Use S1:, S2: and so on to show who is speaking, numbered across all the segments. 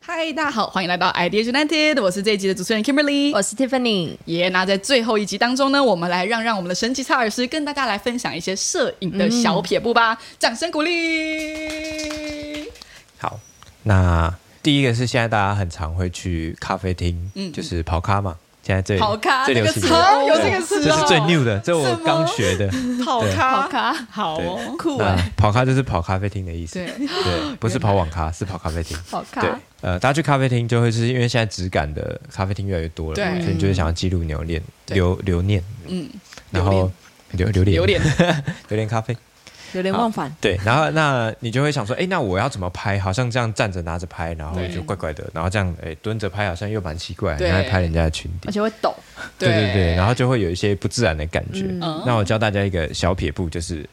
S1: 嗨，大家好，欢迎来到 Ideas United，我是这一集的主持人 Kimberly，
S2: 我是 Tiffany。
S1: 耶，那在最后一集当中呢，我们来让让我们的神奇查尔斯跟大家来分享一些摄影的小撇步吧，掌声鼓励。
S3: 好，那第一个是现在大家很常会去咖啡厅，就是跑咖嘛。现在最
S1: 嗯跑咖
S3: 最流
S1: 那个
S3: 行
S1: 词
S3: 的，
S1: 哦有这个词
S3: 这
S1: 哦
S3: 是最 new 的，这
S1: 什
S3: 我
S1: 么
S3: 刚学的。
S1: 跑咖，
S2: 跑咖
S1: 好哦，
S2: 酷
S3: 那
S2: 哎，
S3: 跑咖就是跑咖啡厅的意思，
S1: 对，
S3: 对，不是跑网咖，是跑咖啡厅。
S2: 跑咖
S3: 对，呃，大家去咖啡厅就会是因为现在质感的咖啡厅越来越多了，
S1: 对
S3: 所以你就会想要记录留念，
S1: 对
S3: 留留念，
S1: 嗯，
S3: 然后留留恋
S1: 有点
S3: 留恋咖啡。
S2: 有点忘返。
S3: 对，然后那你就会想说，哎，那我要怎么拍？好像这样站着拿着拍，然后
S1: 对
S3: 就怪怪的，然后这样哎蹲着拍好像又蛮奇怪，
S1: 对
S3: 然后拍人家的裙底
S2: 而，且会抖，
S3: 对对对，然后就会有一些不自然的感觉。
S2: 嗯
S1: 嗯
S3: 那我教大家一个小撇步，就是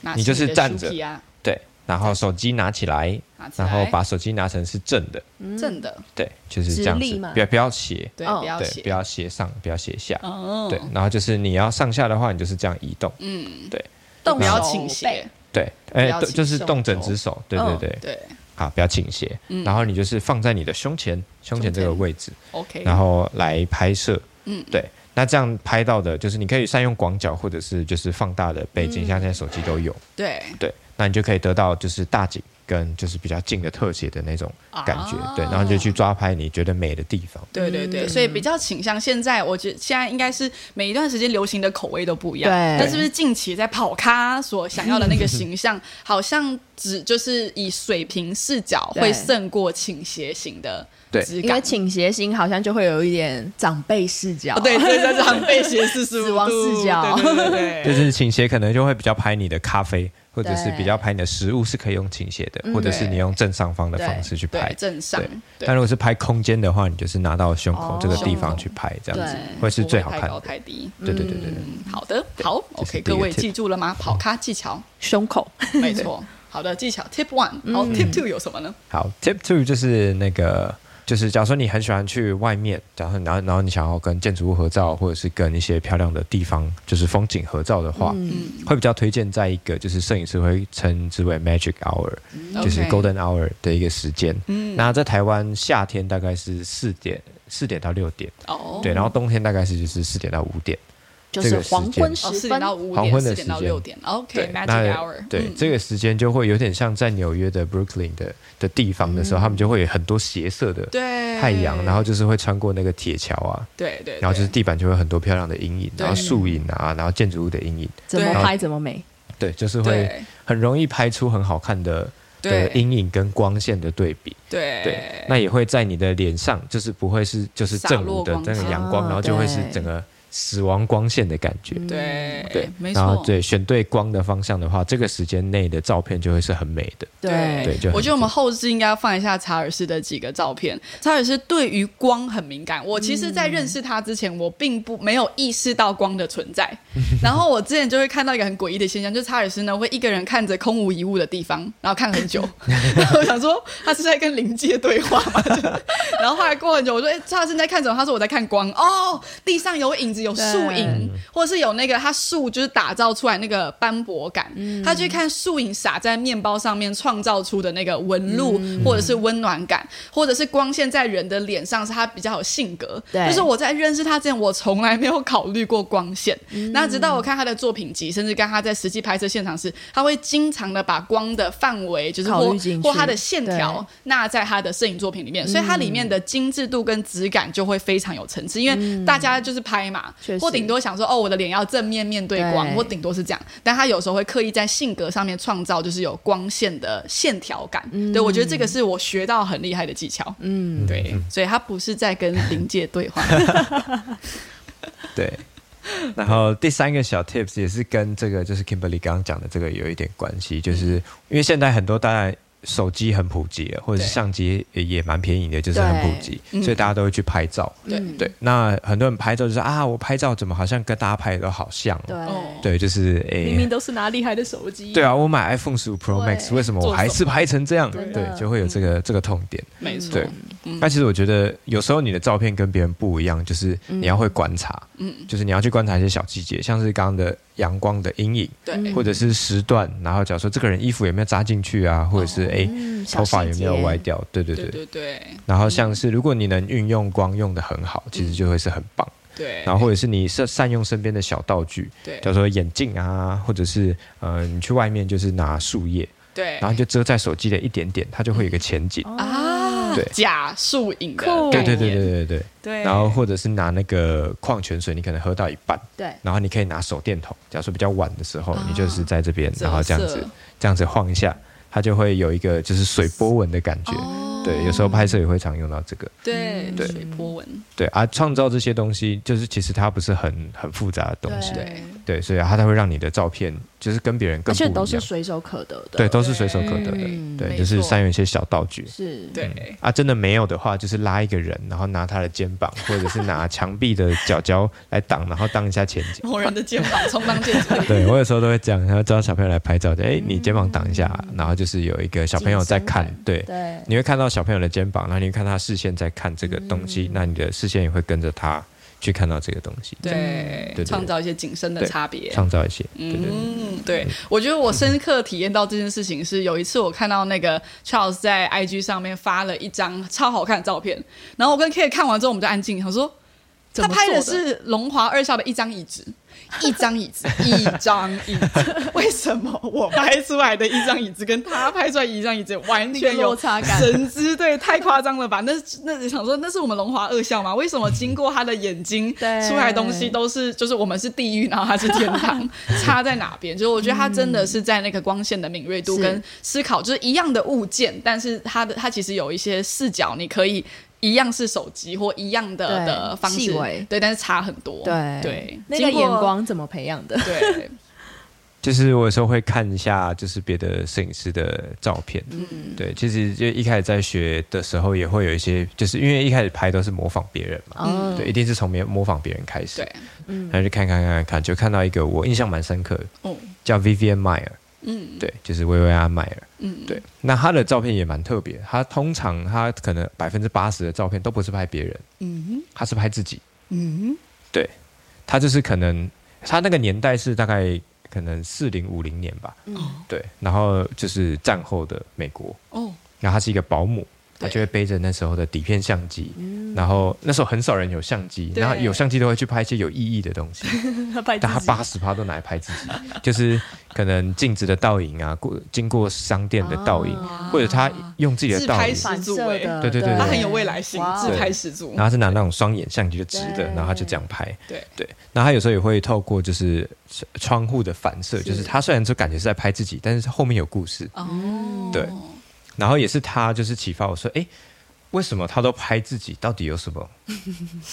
S1: 拿
S3: 你就是
S1: 起的
S3: 站着
S1: 书皮啊，
S3: 对，然后手机拿起来，
S1: 拿起
S3: 然
S1: 来
S3: 后把手机拿成是正的，
S1: 正的，
S3: 对，就是这样
S2: 直立
S3: 子
S2: 嘛，
S3: 不要不要斜，
S1: 对，
S2: 哦
S1: 不要
S3: 对，
S1: 写
S3: 不，要斜上，不要斜下，
S1: 哦
S3: 对，然后就是你要上下的话，你就是这样移动，
S1: 嗯，
S3: 对
S2: 动
S1: 不要
S2: 手
S1: 倾斜
S2: 背，，
S3: 对，
S1: 不
S3: 哎
S1: 要，
S3: 对
S1: 倾
S3: 就是
S2: 手
S3: 动整只手，对对
S2: 嗯
S3: 对，
S1: 对
S3: 好，不要倾斜，然后你就是放在你的胸前，胸前这个位置，
S1: ，OK，
S3: 然后来拍摄，
S1: 嗯
S3: 嗯，对。那这样拍到的，就是你可以善用广角或者是就是放大的背景，像现在手机都有，
S1: 对，
S3: 对，那你就可以得到就是大景跟就是比较近的特写的那种感觉，
S1: 啊
S3: 对，然后你就去抓拍你觉得美的地方。
S1: 对对对，所以比较倾向现在，我觉得现在应该是每一段时间流行的口味都不一样。
S2: 对
S1: 但是不是近期在跑咖所想要的那个形象，好像只就是以水平视角
S2: 对
S1: 会胜过倾斜型的
S3: 对
S1: 质
S2: 因为
S1: 感。
S2: 倾斜型好像就会有一点长辈视角，
S1: 哦对，对对，长辈斜四十五
S2: 死亡视角
S1: 对对对
S3: 就
S1: 对
S3: 是倾斜可能就会比较拍你的咖啡，或者是
S2: 对
S3: 比较拍你的食物是可以用倾斜的，
S2: 嗯
S3: 或者是你用正上方的
S2: 对
S3: 方式去
S1: 对
S3: 拍。
S1: 正上
S3: 对，
S1: 对
S3: 但如果是拍空间的话，你就是拿到胸口
S2: 哦
S3: 这个地方去拍，这
S1: 哦
S3: 样子会是最好
S1: 不会
S3: 看
S1: 太高
S3: 的。
S1: 太低。
S3: 对对对对对，
S1: 嗯，好的，好
S3: 这是
S1: ，OK，
S3: 第一
S1: 各
S3: 个
S1: 位
S3: tip
S1: 记住了吗？跑咖技巧，
S2: 胸口
S1: 没错。好的，技巧 Tip One，好，Tip Two 有什么呢？
S3: 好，Tip Two 就是那个，就是假如说你很喜欢去外面，假如说然后然后你想要跟建筑物合照，或者是跟一些漂亮的地方，就是风景合照的话，
S1: 嗯
S2: 嗯
S3: 会比较推荐在一个就是摄影师会称之为 Magic Hour，、就是
S1: OK 嗯
S3: Golden Hour 的一个时间。那在台湾夏天大概是四点四点到六点，
S1: 哦，
S3: 对，然后冬天大概是就是四点到五点。
S2: 就是黄昏
S1: 哦，四
S2: 时
S1: 点
S2: 分，
S1: 到五
S3: 黄
S1: 点，
S3: 昏的
S1: 四点到
S3: 时间
S1: 六点
S3: 对，
S1: ，OK，Magic
S3: 那
S1: Hour，
S3: 对、
S1: 嗯
S3: 这个时间就会有点像在纽约的 Brooklyn 的的地方的时候，他们就会有很多斜射的
S1: 嗯对
S3: 太阳，然后就是会穿过那个铁桥啊，
S1: 对对，
S3: 然后就是
S1: 对
S3: 地板就会很多漂亮的阴影，
S1: 对
S3: 然后树影啊，然后建筑物的阴影，
S2: 怎么
S1: 对
S2: 拍怎么美，
S3: 对，就是会
S1: 对
S3: 很容易拍出很好看的的
S1: 对
S3: 阴影跟光线的对比。
S1: 对
S3: 对，那也会在你的脸上，就是不会是就是正午的那个阳光，
S1: 哦
S2: 洒落光线
S3: 然后就会是整个死亡光线的感觉。
S1: 对
S3: 对，
S1: 没
S3: 然后
S1: 错。
S3: 对选对光的方向的话，这个时间内的照片就会是很美 的。对就很
S1: 我觉得我们后置应该要放一下查尔斯的几个照片。查尔斯对于光很敏感，我其实，在认识他之前，我并不没有意识到光的存 在。然后我之前就会看到一个很诡异的现象，就是查尔斯呢会一个人看着空无一物的地方，然后看很久。 然后我想说，他是在跟灵界对话吗？ 就然后后来过很久，我说：“哎、查尔斯你在看什么？”他说：“我在看光。”哦，地上有影子，有树影，或者是有那个它树就是打造出来那个斑驳感。
S2: 嗯
S1: 他去看树影洒在面包上面创造出的那个纹路，
S2: 嗯
S1: 或者是温暖感，或者是光线在人的脸上是他比较有性格。
S2: 对
S1: 就是我在认识他之前，我从来没有考虑过光线。
S2: 嗯
S1: 那直到我看他的作品集，甚至跟他在实际拍摄现场时，他会经常的把光的范围，就是
S2: 考
S1: 或
S2: 虑进去
S1: 或他的线条
S2: 对。嗯
S1: 纳在他的摄影作品里面，所以它里面的精致度跟质感就会非常有层次。因为大家就是拍嘛
S2: 确，实
S1: 或顶多想说哦，我的脸要正面面对光，
S2: 对
S1: 或顶多是这样。但他有时候会刻意在性格上面创造，就是有光线的线条感。
S2: 嗯
S1: 对我觉得这个是我学到很厉害的技巧。嗯，对，所以他不是在跟灵界对 话。
S3: 对。 然后第三个小 tips 也是跟这个就是 Kimberly 刚刚讲的这个有一点关系，就是因为现在很多当然手机很普及了，或者是
S1: 对
S3: 相机也也蛮便宜的，就是很普及，
S1: 嗯
S3: 所以大家都会去拍照。
S1: 对
S2: 嗯
S3: 对，那很多人拍照就是啊，我拍照怎么好像跟大家拍的都好像、哦？
S1: 哦
S3: 对，就是诶，
S2: 明明都是拿厉害的手机，
S3: 对啊，我买 iPhone 十五 Pro
S2: 对
S3: Max，为什么
S1: 做
S3: 我还是拍成这样？
S2: 真的
S3: 对，就会有这个这个痛点。
S1: 没错
S3: 对，，那其实我觉得有时候你的照片跟别人不一样，就是你要会观察，嗯，就是你要去观察一些小细节，像是刚刚的阳光的阴影，
S1: 对，
S3: 或者是时段，然后假如说这个人衣服有没有扎进去啊，或者是哎、
S2: 嗯
S3: 头发有没有歪？
S2: 小细节
S3: 掉，对对
S1: 对
S3: 对。
S1: 对对
S3: 然后像是如果你能运用光用的很好，其实就会是很棒。
S1: 对，
S3: 然后或者是你善善用身边的小道具，
S1: 对
S3: 假如说眼镜啊，或者是呃你去外面就是拿树叶，
S1: 对
S3: 然后你就遮在手机的一点点，它就会有一个前景。
S2: 哦
S1: 啊
S3: 对，
S1: 假树影的
S2: 酷
S3: 对
S1: 概
S3: 对
S1: 念
S3: 对对对对。
S1: 对，
S3: 然后或者是拿那个矿泉水，你可能喝到一半，
S2: 对，
S3: 然后你可以拿手电筒，假如说比较晚的时候，
S1: 啊
S3: 你就是在这边，
S1: 折
S3: 然后这样
S1: 射
S3: 子这样子晃一下，它就会有一个就是水波纹的感觉。
S1: 哦
S3: 对，有时候拍摄也会常用到这个。
S1: 对
S2: 嗯对
S1: 水波纹，
S3: 对啊，创造这些东西，就是其实它不是很很复杂的东西。
S1: 对，
S3: 对，所以它才会让你的照片就是跟别人
S2: 而
S3: 更不
S2: 且
S3: 一
S2: 都
S3: 样
S2: 是。随手可得的。
S3: 对，都是随手可得的。
S2: 嗯
S3: 对，
S1: 没
S3: 就是
S1: 错
S3: 善用一些小道具。
S2: 是，
S1: 对
S3: 啊，真的没有的话，就是拉一个人，然后拿他的肩膀，或者是拿墙壁的角角来挡，然后当一下前景。
S1: 某人的肩膀充当肩 膀，
S3: 对我有时候都会这样，然后叫小朋友来拍照，就哎、你肩膀挡一下，然后就是有一个小朋友在看
S2: 紧，
S3: 对，
S2: 对，
S3: 你会看到小朋友的肩膀，然后你会看他视线在看这个东西，那你的视线也会跟着他去看到这个东西，对
S1: 对
S3: 对，
S1: 创造一些景深的
S3: 对
S1: 差别，
S3: 创造一些，对对对，
S1: 嗯，对，我觉得我深刻体验到这件事情是有一次我看到那个 Charles 在 IG 上面发了一张超好看的照片，然后我跟 K 看完之后我们就安静，想说
S2: 怎
S1: 他
S2: 么
S1: 拍的
S2: 做的
S1: 是龙华二校的一张椅 子，一张椅子，一张椅子，为什么我拍出来的一张椅子跟他拍出来的一张椅子完全有
S2: 落差感
S1: 神之对，太夸张了吧？那那想说那是我们龙华二校吗？为什么经过他的眼睛
S2: 对
S1: 出来东西都是就是我们是地狱，然后他是天 堂，差在哪边？就是我觉得他真的是在那个光线的敏锐度
S2: 嗯是
S1: 跟思考，就是一样的物件，但是他的他其实有一些视角，你可以。一样是手机或一样的
S2: 对
S1: 的方
S2: 细
S1: 式
S2: 微，
S1: 对，但是差很多，
S2: 对
S1: 对，
S2: 那
S1: 经
S2: 个
S1: 过
S2: 眼，光怎么培养的？
S1: 对，
S3: 就是我有时候会看一下就是别的摄影师的照片，对，其实就一开始在学的时候也会有一些，就是因为一开始拍都是模仿别人嘛，
S2: 哦
S3: 嗯对，一，定是从别模仿别人开始，
S1: 对，
S3: 然后就看看看看看，就看到一个我印象蛮深刻的，
S1: 哦，
S3: 叫 Vivian Meyer，
S1: 嗯
S3: 对，就是薇薇安迈尔，
S1: 嗯，
S3: 对。那她的照片也蛮特别，她通常她可能百分之八十的照片都不是拍别人，
S1: 嗯
S3: 她是拍自己。
S1: 嗯，
S3: 对，她就是可能她那个年代是大概可能四零五零年吧，
S2: 嗯
S3: 对。然后就是战后的美国，
S1: 哦，
S3: 然后她是一个保姆，她
S1: 对嗯
S3: 就会背着那时候的底片相机，然后那时候很少人有相机，
S1: 对
S3: 然后有相机都会去拍一些有意义的东西。
S2: 他拍自
S3: 但他
S2: 己
S3: 八十趴都拿来拍自己，就是可能镜子的倒影啊，过经过商店的倒影，
S2: 哦
S3: 或者他用自己的
S1: 自
S3: 倒
S1: 拍
S3: 影，
S1: 师
S2: 反射
S1: 自卫
S2: 的，
S3: 对对对对
S1: 他很有未来性，
S2: 哇哦
S1: 自拍十足
S3: 然，后他是拿那种双眼相机就直的
S2: 对，
S3: 然后他就这样拍。
S1: 对
S3: 对，然后他有时候也会透过就是窗户的反射，就是他虽然就感觉是在拍自己，但是后面有故事。
S1: 哦，
S3: 嗯对然后也是他就是启发我说，哎，为什么他都拍自己？到底有什么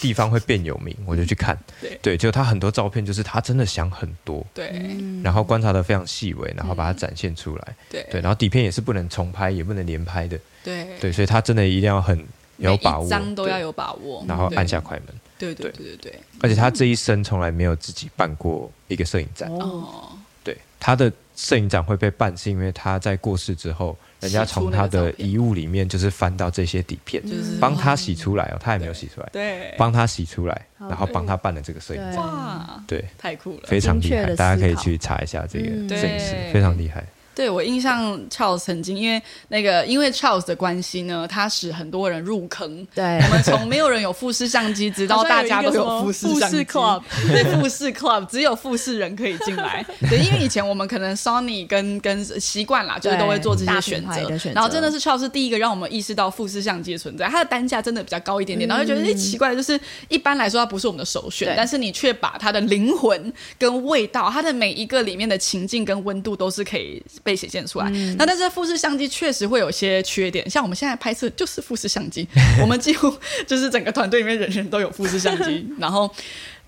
S3: 地方会变有名？我就去看，
S1: 对
S3: 对，就他很多照片，就是他真的想很多，
S1: 对
S2: 嗯
S3: 然后观察的非常细微，然后把它展现出来。
S1: 对
S3: 对，然后底片也是不能重拍，也不能连拍的，
S1: 对
S3: 对，所以他真的一定要很有把
S1: 每
S3: 握，
S1: 一张都
S3: 对
S1: 要，有把握，
S3: 然后
S1: 对
S3: 按下，快门。
S1: 对对对对对，
S3: 而且他这一生从来没有自己办过一个摄影展，
S2: 哦，
S1: 哦，
S3: 对，他的摄影展会被办是因为他在过世之后，人家从他的遗物里面就是翻到这些底片，
S1: 就是
S3: 帮他洗出来哦，他也没有洗出来，
S1: 对，
S3: 帮他洗出来，然后
S2: 对
S3: 帮他办了这个摄影展，
S1: 哇，
S3: 对，
S1: 太酷了，
S3: 非常厉
S2: 精确地
S3: 害，
S2: 思考
S3: 大家可以去查一下这个
S2: 嗯
S3: 摄影师，
S1: 对
S3: 非常厉害，
S1: 对我印象，Charles 曾经因为那个因为 Charles 的关系呢，他使很多人入坑。
S2: 对
S1: 我，们从没有人有富士相机，直到大家都富士相
S2: 好像有
S1: 机
S2: 一个什么，
S1: 对富士 club 只有富士人可以进来。对，因为以前我们可能 Sony 跟跟习惯啦，就是
S2: 对
S1: 都会做这些
S2: 大
S1: 选
S2: 品牌
S1: 择
S2: 的选，择
S1: 然后真的是 Charles 是第一个让我们意识到富士相机的存在，它的单价真的比较高一点点，然后就觉得哎奇怪，就是一般来说它不是我们的首选
S2: 嗯对，
S1: 但是你却把它的灵魂跟味道，它的每一个里面的情境跟温度都是可以被显现出来。
S2: 嗯
S1: 那但是富士相机确实会有些缺点，像我们现在拍摄就是 富士相机，我们几乎就是整个团队里面人人都有富士相机，然后。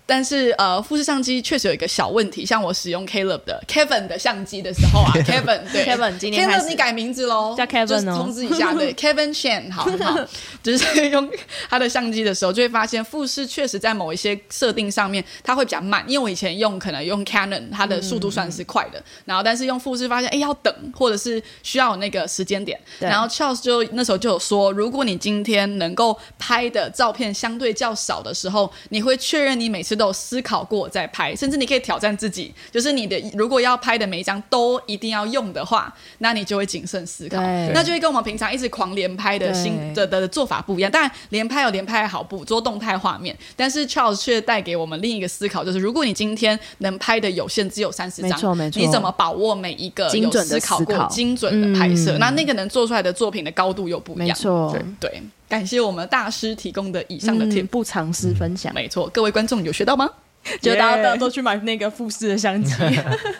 S1: 但是呃，富士相机确实有一个小问题，像我使用 Caleb 的 Kevin 的相机的时候啊 ，Kevin 对
S2: Kevin 今天开
S1: Caleb
S2: 始
S1: 你改名字喽，
S2: 叫 Kevin 哦
S1: 就是通知一下， 对 Kevin Shan 好很好， 就是用他的相机的时候，就会发现富士确实在某一些设定上面它会比较慢，因为我以前用可能用 Canon 它的速度算是快的，然后但是用富士发现哎要等，或者是需要有那个时间点，
S2: 对
S1: 然后 Charles 就那时候就有说，如果你今天能够拍的照片相对较少的时候，你会确认你每次都有思考过再拍，甚至你可以挑战自己，就是你的如果要拍的每一张都一定要用的话，那你就会谨慎思考
S2: 对，
S1: 那就会跟我们平常一直狂连拍的新
S2: 对
S1: 的的的做法不一样。当然，连拍有连拍的好捕捉动态画面，但是 Charles 却带给我们另一个思考，就是如果你今天能拍的有限，只有三十
S2: 没错
S1: 张
S2: 没，错
S1: 你怎么把握每一个
S2: 精
S1: 有
S2: 准地
S1: 思考
S2: 思考
S1: 过、精准的拍摄？
S2: 嗯
S1: 那那个能做出来的作品的高度又不一
S2: 没
S1: 样。
S2: 错，
S1: 对，感谢我们大师提供的以上的 tip。
S2: 嗯不尝试分享，
S1: 没错，各位观众有学到吗？
S2: 嗯就大家
S1: Yeah
S2: 都都去买那个富士的相 机，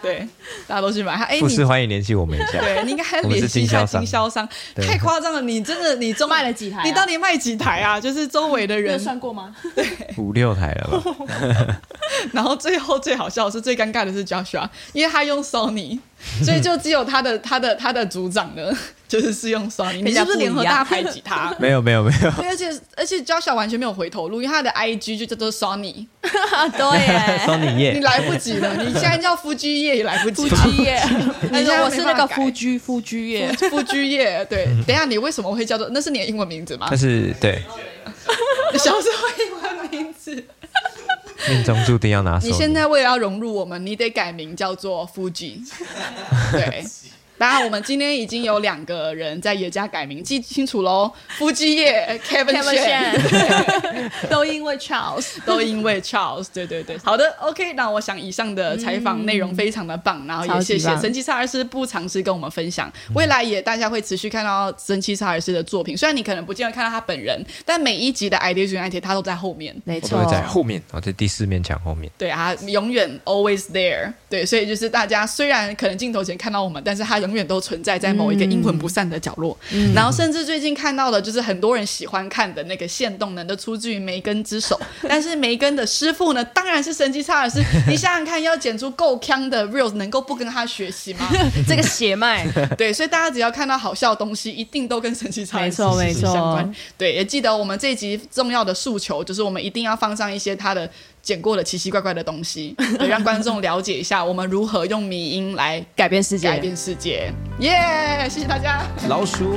S1: 对，大家都去买它。哎，
S3: 不
S1: 你
S3: 是欢迎联系我们一下。
S1: 对，你应该还
S3: 我们是
S1: 联系一下
S3: 经销商
S1: 经销商，
S3: 对
S1: 太夸张了！你真的，你周
S2: 卖了几台啊
S1: 你到底卖几台啊？就是周围的
S2: 有
S1: 人，
S2: 算过 吗？
S3: 五六台了 吧？？
S1: 然后最后最好笑的是最尴尬的是 Joshua，因为他用 Sony，所以就只有他的他的他的组长呢，就是是用 Sony。你
S2: 人家
S1: 是
S2: 不
S1: 不是
S2: 一样
S1: 联合大排挤他
S3: 没有没有没有，
S1: 对，而且而且 Joshua 完全没有回头路，因为他的 IG 就叫做 Sony，
S2: 啊 对耶，
S3: 双你
S1: 你
S3: 耶，
S1: 来不及了，你现在叫夫居业也来不及
S2: 夫
S1: 了。
S2: 居 耶，
S1: 人家
S2: 我是那
S1: 没办法
S2: 个
S1: 改
S2: 夫居夫居耶，
S1: 夫居业，对，等一下你为什么会叫做？那是你的英文名字吗
S3: 但？是对
S1: 小时候英文名字。
S3: 命中注定要拿手。
S1: 你现在为了要融入我们，你得改名叫做 Fuji。对，当然我们今天已经有两个人在野家改名，记清楚喽。夫妻业 Kevin
S2: Kevin
S1: Shen
S2: Shan 都因为 Charles，
S1: 都因为 Charles。对对对，好的，OK。那我想以上的采访内容非常的棒，然后也谢
S2: 嗯超级
S1: 谢
S2: 棒
S1: 神奇查尔斯不尝试跟我们分享，未来也大家会持续看到神奇查尔斯的作品，虽然你可能不见得看到他本人，但每一集的 Ideas United 他都在后面。
S2: 没
S3: 我都会在后面，然后在第四面墙后面。
S1: 对啊，他永远 always there。对，所以就是大家虽然可能镜头前看到我们，但是他永远都存在在某一个阴魂不散的角落。然后甚至最近看到的，就是很多人喜欢看的那个线动呢，都出自于梅根之手。但是梅根的师傅呢，当然是神机差的是，你想想看，要剪出够腔的 reels，能够不跟他学习吗？
S2: 这个血脉，
S1: 对，所以大家只要看到好笑的东西，一定都跟神奇差
S2: 没错没错
S1: 相关。对，也记得我们这一集重要的诉求就是，我们一定要放上一些他的剪过的奇奇怪怪的东西， 对让观众了解一下我们如何用迷音来
S2: 改变世
S1: 改
S2: 界。
S1: 变世界。耶、谢谢大家。
S3: 老鼠。